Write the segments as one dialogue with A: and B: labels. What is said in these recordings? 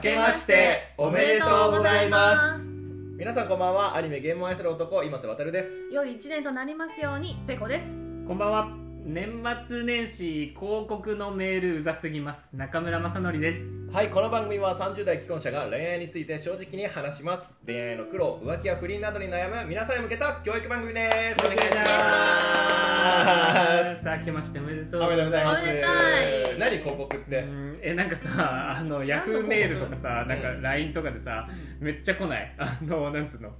A: けましておめでとうございます
B: 皆さんこんばんはアニメゲームを愛する男今瀬渡るです
A: 良い一年となりますようにペコです
C: こんばんは。年末年始広告のメールうざすぎます。中村正則です。
B: はいこの番組は30代既婚者が恋愛について正直に話します恋愛の苦労浮気や不倫などに悩む皆さんへ向けた教育番組ですお願いします
C: さあ、明けましておめでとう。
B: おめでとうございます
A: おめでたい
B: 何広告っ
C: う
B: て
C: んえなんかさあのヤフーメールとかさなんか LINE とかでさめっちゃ来ないあのなんつうの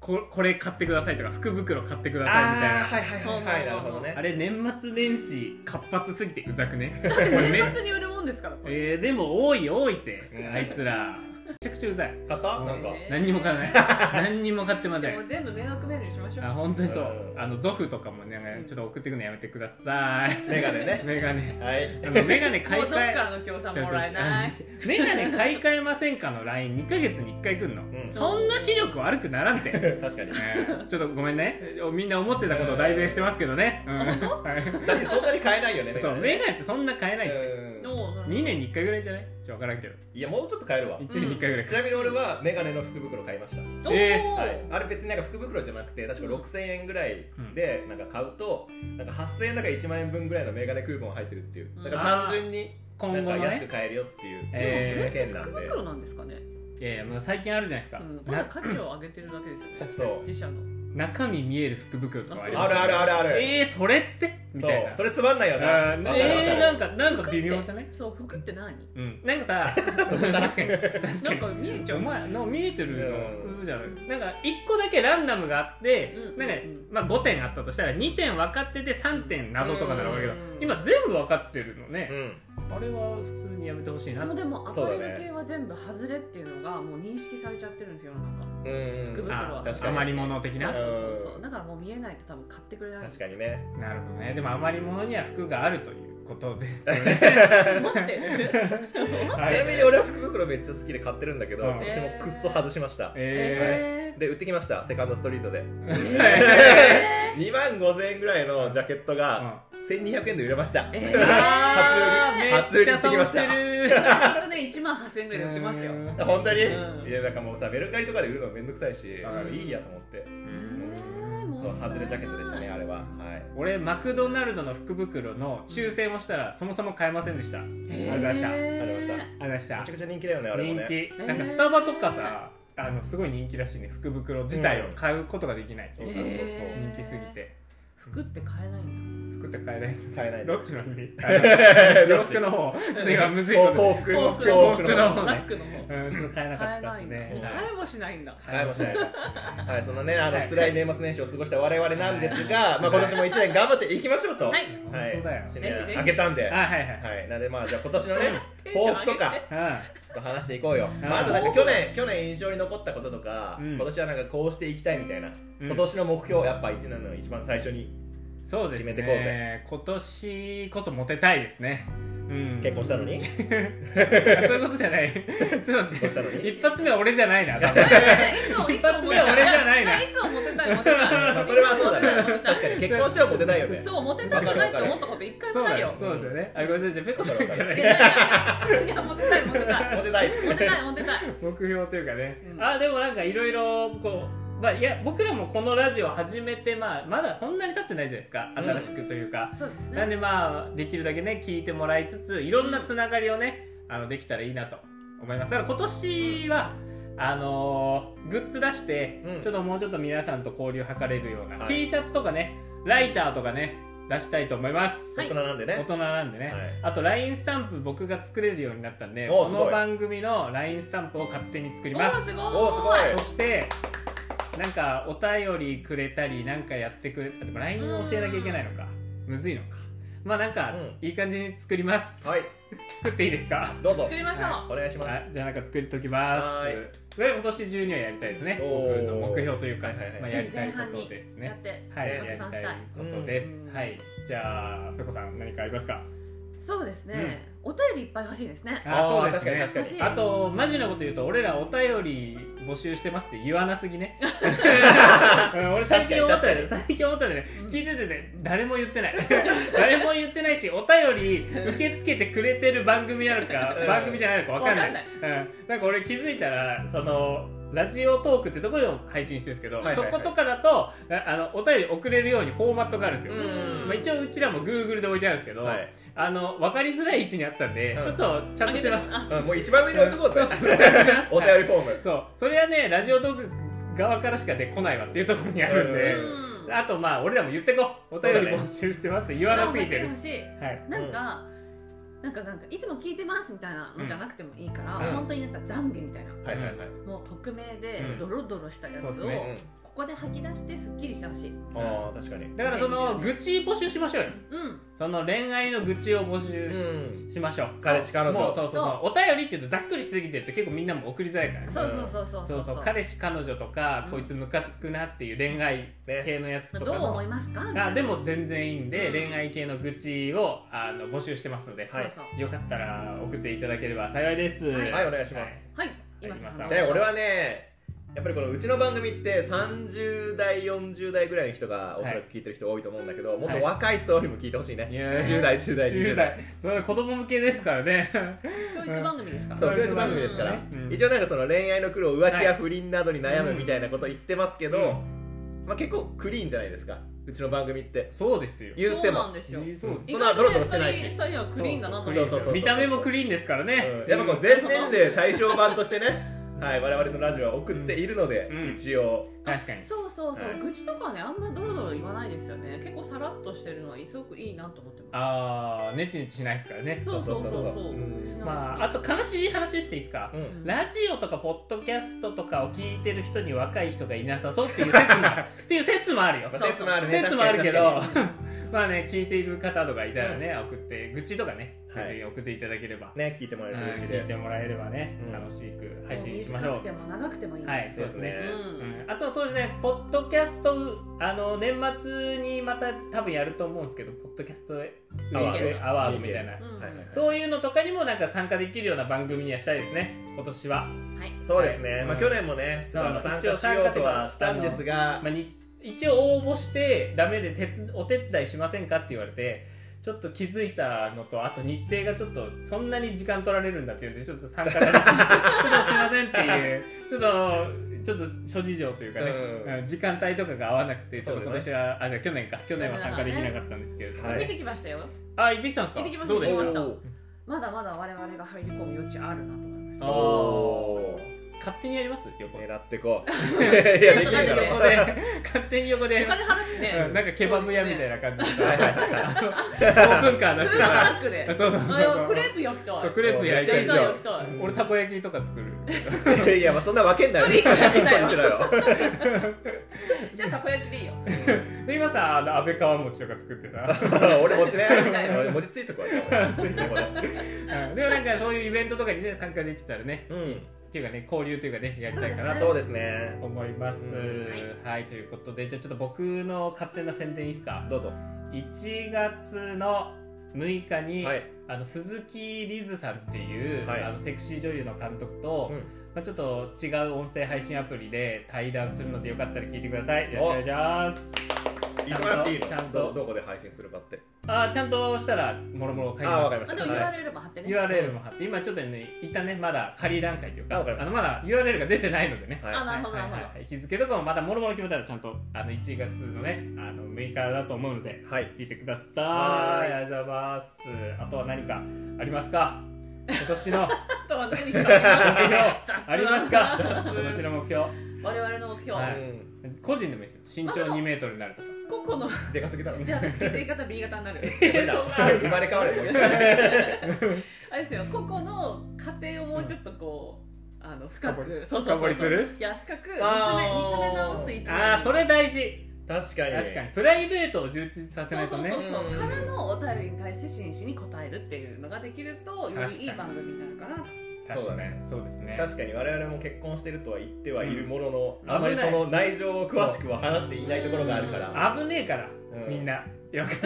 C: ここれ買ってくださいとか福袋買ってくださいみたいな
B: あ
C: あ,、
B: ーはいはいはいはいなるほどね
C: れ年末年始活発すぎてうざく ねこれめ
A: 年末に売るもんですからこれ
C: えー、でも多い多いって
B: うん
C: あいつらめちゃくちゃうざい
B: 買ったなんか
A: え
C: 何にも買わ ない何にも買ってませ
A: でも
C: ん
A: 全部迷惑メールにしましょ
C: あ
A: う
C: 本当にそううんあのゾフとかもねちょっと送ってくのやめてください
B: メガネね
C: メガネ
B: はい
C: あのメガネ
A: も
C: 買いう
A: どっか
C: 替え
A: らの協賛もらえない
C: メガネ買い替えませんかの LINE2 ヶ月に1回来んの、
B: うん
C: そんな視力悪くならんてね
B: 確かに
C: えちょっとごめんねみんな思ってたことを代弁してますけどね、うんはい
B: だってそんなに買えないよねメ
C: そ
B: ガ
C: う
B: ネ
C: メガネってそんな買えない、
B: うん
A: もう
C: 2年に1回ぐらいじゃないちょっと分からんけど
B: いやもうちょっと買えるわ
C: 1年に1回ぐらい
B: ちなみに俺はメガネの福袋買いました
A: おー
C: えー
B: はい、あれ別になんか福袋じゃなくて確か6000円ぐらいでなんか買うとなんか8000円だから1万円分ぐらいのメガネクーポン入ってるっていうだから単純に
C: 今後
B: なん
C: の
B: か安く
C: ね
B: 買えるよっていう
C: え
B: 件なん
A: 福
B: で
A: 袋なんですかね、
C: いやいやもう最近あるじゃないですか、
A: うん、ただ
C: な
A: 価値を上げてるだけですよね
B: そう
A: 自社の
C: 中身見える福袋とかあり
B: あ
C: ます
B: るあるあるある、
C: えー、それってみ
B: そ
C: たいうな
B: それつまんないよな
C: あー
B: わかるわかる
C: えー、なんかなんか微妙じゃない
A: そう服って何
C: うん、 なんかさ確かに確かに
A: なんか見えちゃう
C: お前の見えてる
B: うん
C: の服じゃない、なんか1個だけランダムがあって、
A: うん
C: なんかね
A: うん
C: まあ、5点あったとしたら2点分かってて3点謎とかならわけだけど、
A: うん
C: 今全部分かってるの
B: う
C: ね、
B: ん
C: あれは普通にやめてほしいな
A: あのでもア
B: そう
A: パ
B: だ
A: レ
B: ね
A: ル系は全部外れっていうのがもう認識されちゃってるんですよなん
B: う
A: か
B: ん
A: 福袋は
C: あ
B: 確かに
C: 余り物的な
A: そうそうそう
B: う
A: そ
B: ん
A: うだからもう見えないと多分買ってくれない
B: 確かにね
C: なるほどねでも余り物には服があるということですね
A: 持 ってる
B: ち
C: は
B: ないみに俺は福袋めっちゃ好きで買ってるんだけど
C: うん
B: 私もくっそ外しました
C: え
A: え
B: で売ってきましたセカンドストリートで
C: ー
A: ーえ
B: 2万5000円ぐらいのジャケット
C: う
B: が
C: ん
B: 1200円で売れました、
A: え
C: あー
B: 初売り
C: めっちゃ損して
B: 初
C: る
A: ーなんかきっとね1万8000円ぐらいで売ってますよ
C: うん
B: 本当に、
A: うん
B: いやなんかもうさメルカリとかで売るのめんどくさいし、
C: うん
B: いいやと思って
A: えーも
B: そう
A: った
B: 外
A: いない
B: れジャケットでしたねあれははい
C: 俺マクドナルドの福袋の抽選をしたらそもそも買えませんでした、
A: えー
C: ありがとうございましたあり
B: がとうござ
C: あ
B: いまし
C: りがとうござい
B: め
C: ま
B: ち
C: し
B: ゃくちゃ人気だよねあれもね
C: た人気なんかスタバとかさ、あのすごい人気らしいね福袋自体を買うことができない、
B: うん
C: そうそうそう
A: えー
C: 人気すぎて
A: 服って買えないん
C: 服って買えないです
B: 買えないです
C: どっちの意味 あの洋服の方ちょっと今むずい こと
B: 幸
C: で
B: 福幸
A: だ幸
B: 福
A: 福
B: 幸
A: の
B: 福
C: 幸
B: の
C: 福の
A: ブ
C: 方
A: ラ
C: ね
A: ックの方
C: うんちょっと買えなか
A: 買え
C: った
A: な
C: で
A: い
C: す
A: んだ
C: ね
A: 買えもしないんだ
B: はいもしないはいそんなねあの、
C: はい
B: 辛い年末年始を過ごした我々なんですが、まあ、今年も1年頑張っていきましょうと
A: はい
C: 本当
B: はい
C: だよ、
B: 新
A: ぜひぜ
B: 年
A: ひ
B: 明けたんで
C: あ
B: は
C: はいはい、
B: いなんでまあじゃあ今年のね
A: テンション上げて
B: 抱負とかちょっと話していこうよ、まあ、あとなんか去年去年印象に残ったこととか、
C: うん
B: 今年はなんかこうしていきたいみたいな、
C: うん
B: 今年の目標やっぱ一年の一番最初に
C: そうです
B: 決めてこう
C: ね今年こそモテたいですね、うん、
B: 結婚したのに、
C: あ そういうことじゃない。ちょっと待
B: どうしたの
C: って。一発目は俺じゃないな。多 分
A: いつもいつもモテたい
C: 俺じゃないない
A: つもモテたいモテたい
B: まあ、それはそうだ
A: モテ
B: ね
A: たい
B: 確かに結婚してはモテないよね
A: そうモテたくないと思ったこと一回
C: そ
A: も
C: う
A: な
C: だ
A: いよ
C: よ。そうですよね。あ、ごめんなさい。じゃあ、ペコさんか
B: そうだ
C: ら
A: い
C: ね。
A: やいやいやいやモテたいモテたい
B: モテたいです
A: モテ
B: ね
A: たいモテたい
C: 目標というかね。
A: うん
C: あ、でもなんかいろいろ、こう、まあ、いや、僕らもこのラジオ始めて、まあ、まだそんなに経ってないじゃないですか。
B: うん
C: 新しくというか。
A: そうですね
C: なんでまあ、できるだけね、聞いてもらいつつ、いろんなつながりをね、あの、できたらいいなと思います。だから今年は、あのーグッズ出して、
B: うん
C: ちょっともうちょっと皆さんと交流を図れるような、
B: はい
C: T シャツとかねライターとかね出したいと思います、
A: は
B: 大
A: い
B: 人なんでね、
C: 大人なんでね、
B: はい
C: あと LINE スタンプ僕が作れるようになったんで
B: おー
C: こ
B: すごい
C: の番組の LINE スタンプを勝手に作りま
A: おー
C: す
A: すご
B: おーすごい
C: そしてなんかお便りくれたりなんかやってくれたでも LINE を教えなきゃいけないのかむずいのかまあなんか、
B: う
C: いい感じに作ります、
B: はい
C: 作っていいですか
B: どうぞ
A: 作りましょう、
C: は
B: お願いします
C: あじゃあなんか作っときます
B: はーい
C: これ今年中にはやりたいですね
B: おー
C: 僕の目標というか、
B: はいはいはい
C: まあ、や
A: ぜ
C: り
A: ひ
C: たい
A: 前
C: こ
A: 半に
C: とです
A: や
C: ね
A: って
C: はい、
B: ね
C: やりたいことです、
B: うん
C: はいじゃあペコさん何かありますか
A: そうですね、お便りいっぱい欲しいですね
C: あ
B: あ
C: そう
B: ー
C: です
B: 確かに
C: ね
B: 確かに
A: 欲しい
C: あとマジなこと言うと俺らお便り募集してますって言わなすぎ ねうん俺最近思ったよね
B: 確
C: 最近思ったよね
A: うん
C: 聞いててね誰も言ってない 誰も言ってないしお便り受け付けてくれてる番組なのか
B: うん
C: 番組じゃないのか分かんない
A: わか
C: うん、なんか俺気づいたらそのラジオトークってところでも配信してるんですけど、
B: はいはいはい
C: そことかだとああのお便り送れるようにフォーマットがあるんですよ、
B: うん
C: まあ、一応うちらも Google で置いてあるんですけど、
B: はい
C: あの分かりづらい位置にあったんで、
B: うん
C: ちょっとちゃんとしてます。
B: うんもう一番上に置いとこうぜ
C: そうそうちゃんとしてます
B: お便りフォーム
C: そうそれはねラジオトーク側からしかで来ないわっていうところにあるん
A: う
C: で、
A: ん
C: あとまあ俺らも言ってこうお便
B: そう
C: り
B: だね
C: 募集してますって言わなすぎてる、
A: 欲しい欲し
C: はい
A: いなんか、なんかなんかいつも聞いてますみたいなのじゃなくてもいいから、
B: うん
A: 本当になんか懺悔みたいな
B: はいはいはい
A: もう匿名で
C: うん
A: ドロドロしたやつ
C: そうです
A: を
B: うん
C: ね
A: ここで吐き出してすっきりしてほしい
B: うんああ確かに
C: だからその愚痴募集しましょうよ
A: うん
C: その恋愛の愚痴を募集し,、ましょう
B: 彼氏彼女
C: もうそうそうそうお便りって言うとざっくりしすぎてると結構みんなも送りづらいからね
A: そうそうそうそう
C: そうそう彼氏彼女とか、
A: うん
C: こいつムカつくなっていう恋愛系のやつ
A: まあ
C: と
A: ど
C: か
A: う
C: の
A: 思いますかみたい
C: あ
A: な
C: でも全然いいんで、
A: うん
C: 恋愛系の愚痴をあの募集してますので、
A: そうそう
C: よかったら送っていただければ幸いです。
A: はい
B: はいお願いします
A: はい今さん
C: はい
B: じゃあね俺はねやっぱりこのうちの番組って30代40代ぐらいの人がおそらく聞いてる人多いと思うんだけど、もっと若い層にも聞いてほしいね、
C: いや
B: 10代10代
C: 10
B: 20代
C: 代それは子供向けですからね
A: 教育番組ですか
B: そう教育番組ですから、
C: うん
B: 一応なんかその恋愛の苦労浮気
C: は
B: や不倫などに悩むみたいなこと言ってますけど、
C: うん
B: まあ、結構クリーンじゃないですかうちの番組って
C: そうですよ
B: 言っ
A: そ
B: て
A: うなん
B: も、
A: ですよ
C: いいそうです
B: そんなドロドロしてないし
A: 意外とね二人二人はクリーンだなと
C: そう
A: 思
C: そうそ
A: って
C: うそう見た目もクリーンですからね、
B: うんやっぱこう全年齢対象版としてねはい我々のラジオは送っているので、
C: うん
B: 一応
C: 確かに
A: そうそうそう、
B: はい
A: 愚痴とかねあんまドロドロ言わないですよね結構さらっとしてるのはすごくいいなと思ってます
C: ああネチネチしないですからね
A: そうそうそうそう
B: うん
C: まああと悲しい話していいですか、
B: うん
C: ラジオとかポッドキャストとかを聞いてる人に若い人がいなさそうっていう説も っていう説もあるよ
B: まあ、説もあるね
C: 説もあるけ
B: 確かに
C: ど
B: 確かに
C: まあね聞いている方とかいたらね、送って愚痴とかね、
B: はい
C: ぜひ送っていただければ、
B: ね聞いてもらえ
C: う
B: る
C: ん
B: と嬉しい
C: 聞
B: で
C: い
B: す
C: てもらえればね、
B: うん
C: 楽しく配信しましょ
A: 短くても長くてもいいうね、
C: はいそうですね
B: そうですね
C: うんあとはそうですねポッドキャストあの年末にまた多分やると思うんですけどポッドキャストウィークエンドアワードみたいな
A: うん、うん
B: はいはいはい
C: そういうのとかにもなんか参加できるような番組にはしたいですね今年は、
A: はい
B: そうですね、
C: はい
B: まあ、去年もね、ちょっとあの
C: そう
B: 参加しようとはしたんですが
C: まあ、、に一応応募してダメで手つお手伝いしませんかって言われてちょっと気づいたのとあと日程がちょっとそんなに時間取られるんだっていうんでちょっと参加ができちょっとすいませんっていう ちょっと。ちょっと諸事情というかね、
B: うん
C: うん時間帯とかが合わなくてちょっと今
B: そうだね
C: 年は、あじゃあ去年か去年は参加できなかったんですけれども、
B: は
A: 見
B: い
A: てきましたよ
C: あ行ってきたんですか
A: 行ってきました
C: どうでし
A: 行って
C: た
A: きましまだまだ我々が入り込む余地あるなと思います
C: あ
B: おお
C: ー勝手にやります横
B: 狙ってこういやできるだろ
C: 横
B: う
C: で勝手に横でや
A: お
C: ります
A: 金払って
C: うんなんかケバブ屋みたい
A: な
C: な感じで、オープンカー出して
A: フードトラ
C: さ
A: ックで
C: そうそうそうそう
A: あクレープ焼きと
C: そうクレープ焼い
B: め
C: て
B: っ
A: ち
C: る
A: ゃいいよ行きたい
C: うん俺たこ焼きとか作る
B: いやまあそんなわけになる
A: 一人一個だよ
B: にしろよ
A: じゃあたこ焼きでいいよ
C: で今さあの安倍川餅とか作ってさ
B: 俺餅ね
A: みたいな
B: 俺餅ついとくわよう
C: うんでもなんかそういうイベントとかにね参加できたらね
B: ん
C: っていうかね交流というかねやりたいかな
B: そ
C: と
B: うですね
C: 思います
B: うん
A: は
C: は
A: い
C: いということでじゃあちょっと僕の勝手な宣伝いいですか
B: どうぞ
C: 1月の6日に、
B: はい
C: あの鈴木りずさんっていう、
B: はい
C: あのセクシー女優の監督と、
B: うん
C: まあ、ちょっと違う音声配信アプリで対談するのでよかったら聞いてくださいよろしくお願いします
B: 行ってもらっていいの
C: ちゃんと
B: どどこで配信するかって
C: あーちゃんとしたらもろもろ書き
B: あーわ
C: ま
B: かり
C: す
B: ま
A: あ
B: し
A: で
B: た
A: も
B: はい
A: URL も貼ってね
C: URL も貼って今ちょっとね一旦ねまだ仮段階というか
B: あわかりま
C: あ
B: し
C: の
B: た
C: まだ URL が出てないのでね、
A: あ
B: は
A: なるほどなるほど
C: いいい、日付とかもまだもろもろ決めたらちゃんとあの1月のねあの6日だと思うので
B: いはい
C: 聞いてくださ
B: はいーい
C: ありがとうございますあとは何かありますか今年の
A: あとは何
C: 目標
A: か
C: ありますか 今年の目標
A: 我々の目標、
C: は
B: う
C: い
B: ん
C: 個人でもいいですよ身長2メートルになるとか
A: 個々の
B: でかすぎだろ
A: じゃあ 私血液型 B 型になる
B: 俺ら生まれ変われ もう一回
A: あれですよ個々の家庭をもうちょっとこう、あの深
C: 深掘
A: く
C: り
A: そうそう
C: 深
A: そ
C: 掘
A: う
C: りする
A: いや深く見つめ
B: あー
A: 見つめ直す一
C: ああそれ大事
B: 確かに
C: 確かにプライベートを充実させ
A: そ
C: な
A: う
C: いと
A: そう
C: ね
A: そうそう、
B: うん
A: からのお便りに対して真摯に答えるっていうのができるとよりいい番組になるかなと
C: 確
B: そ
C: か
B: うだね
C: にそうですね
B: 確かに我々も結婚してるとは言ってはいるものの、
C: うん
B: あまり
C: 危ない
B: その内情を詳しくは話していないところがあるから、
C: 危ねえから、
B: うん
C: みんなよく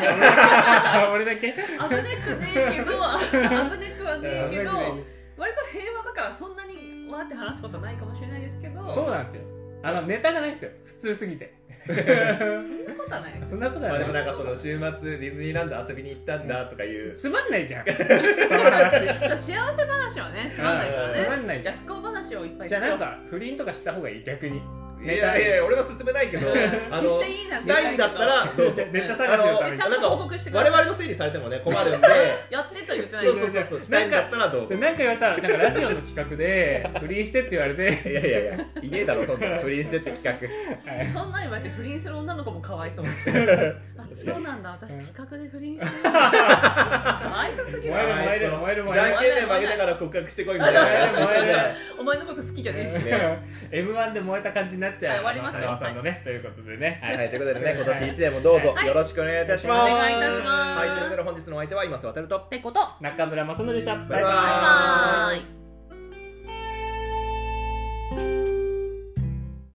C: 俺だ け俺だけ
A: 危なくねえ けど危なくはねえけど
C: 危なくない
A: 割と平和だからそんなにわーって話すことないかもしれないですけど
C: そうなんですよあのネタがないですよ普通すぎて
A: そんなことはないです
C: そんなこと
B: まあ、
C: は
B: でも
C: な
B: ないんかその週末ディズニーランド遊びに行ったんだとかいう、
C: つまんないじゃんその 話
A: じゃあ幸せ話はねつまんないから
C: つま
A: ね
C: んないじ
A: じ
C: ゃ
A: ゃあ不幸話をいっぱ
C: ん
A: い
C: じゃあ
A: 作
C: な
A: ろ
C: ん
A: う
C: か不倫とかした方がいい逆に
B: いやいやいや俺は勧めないけ どあの
A: 決していいなん
B: して
A: 言い
B: た
A: たいけど
B: いんだったらどうぞ
C: じゃあネタ探しのため
A: え
C: に
A: ちゃんと報告してくだ
B: 我
A: さい
B: 々のせいにされてもね困るんで
A: やってと言ってない
B: そう
A: け
B: そ
A: ど
B: うそうそうしたいんだったらどう
C: そ
B: ぞ
C: れなんか言われたらなんかラジオの企画で不倫してって言われて
B: いやいやいやいねえだろそんな不倫してって企 画
C: はい
A: そんなん言われて不倫する女の子もかわい そうあそうなんだ私企画で不倫してるかわいそうすぎる
C: 燃える燃える
B: かわ
C: 燃える
B: じ
C: 燃え
B: ゃ
C: る
B: んけんで負けたから告白してこいみたいな
C: 燃える燃え
B: 話
C: る
A: お前のこと好きじゃねえし
C: M1 で燃えた感じになっちゃう
A: はい終わりますよ
C: あの田中さんのね、ということでね
B: はい、はい、ということでね、今年1年もどうぞ
A: はい
B: よろしくお願いいたします。
A: お願いいたしま
B: は
A: す
B: い、ということで本日のお相手は今瀬渡ると。
A: ってこと
C: 中村正則でした
B: バイバーイ
A: バイバーイ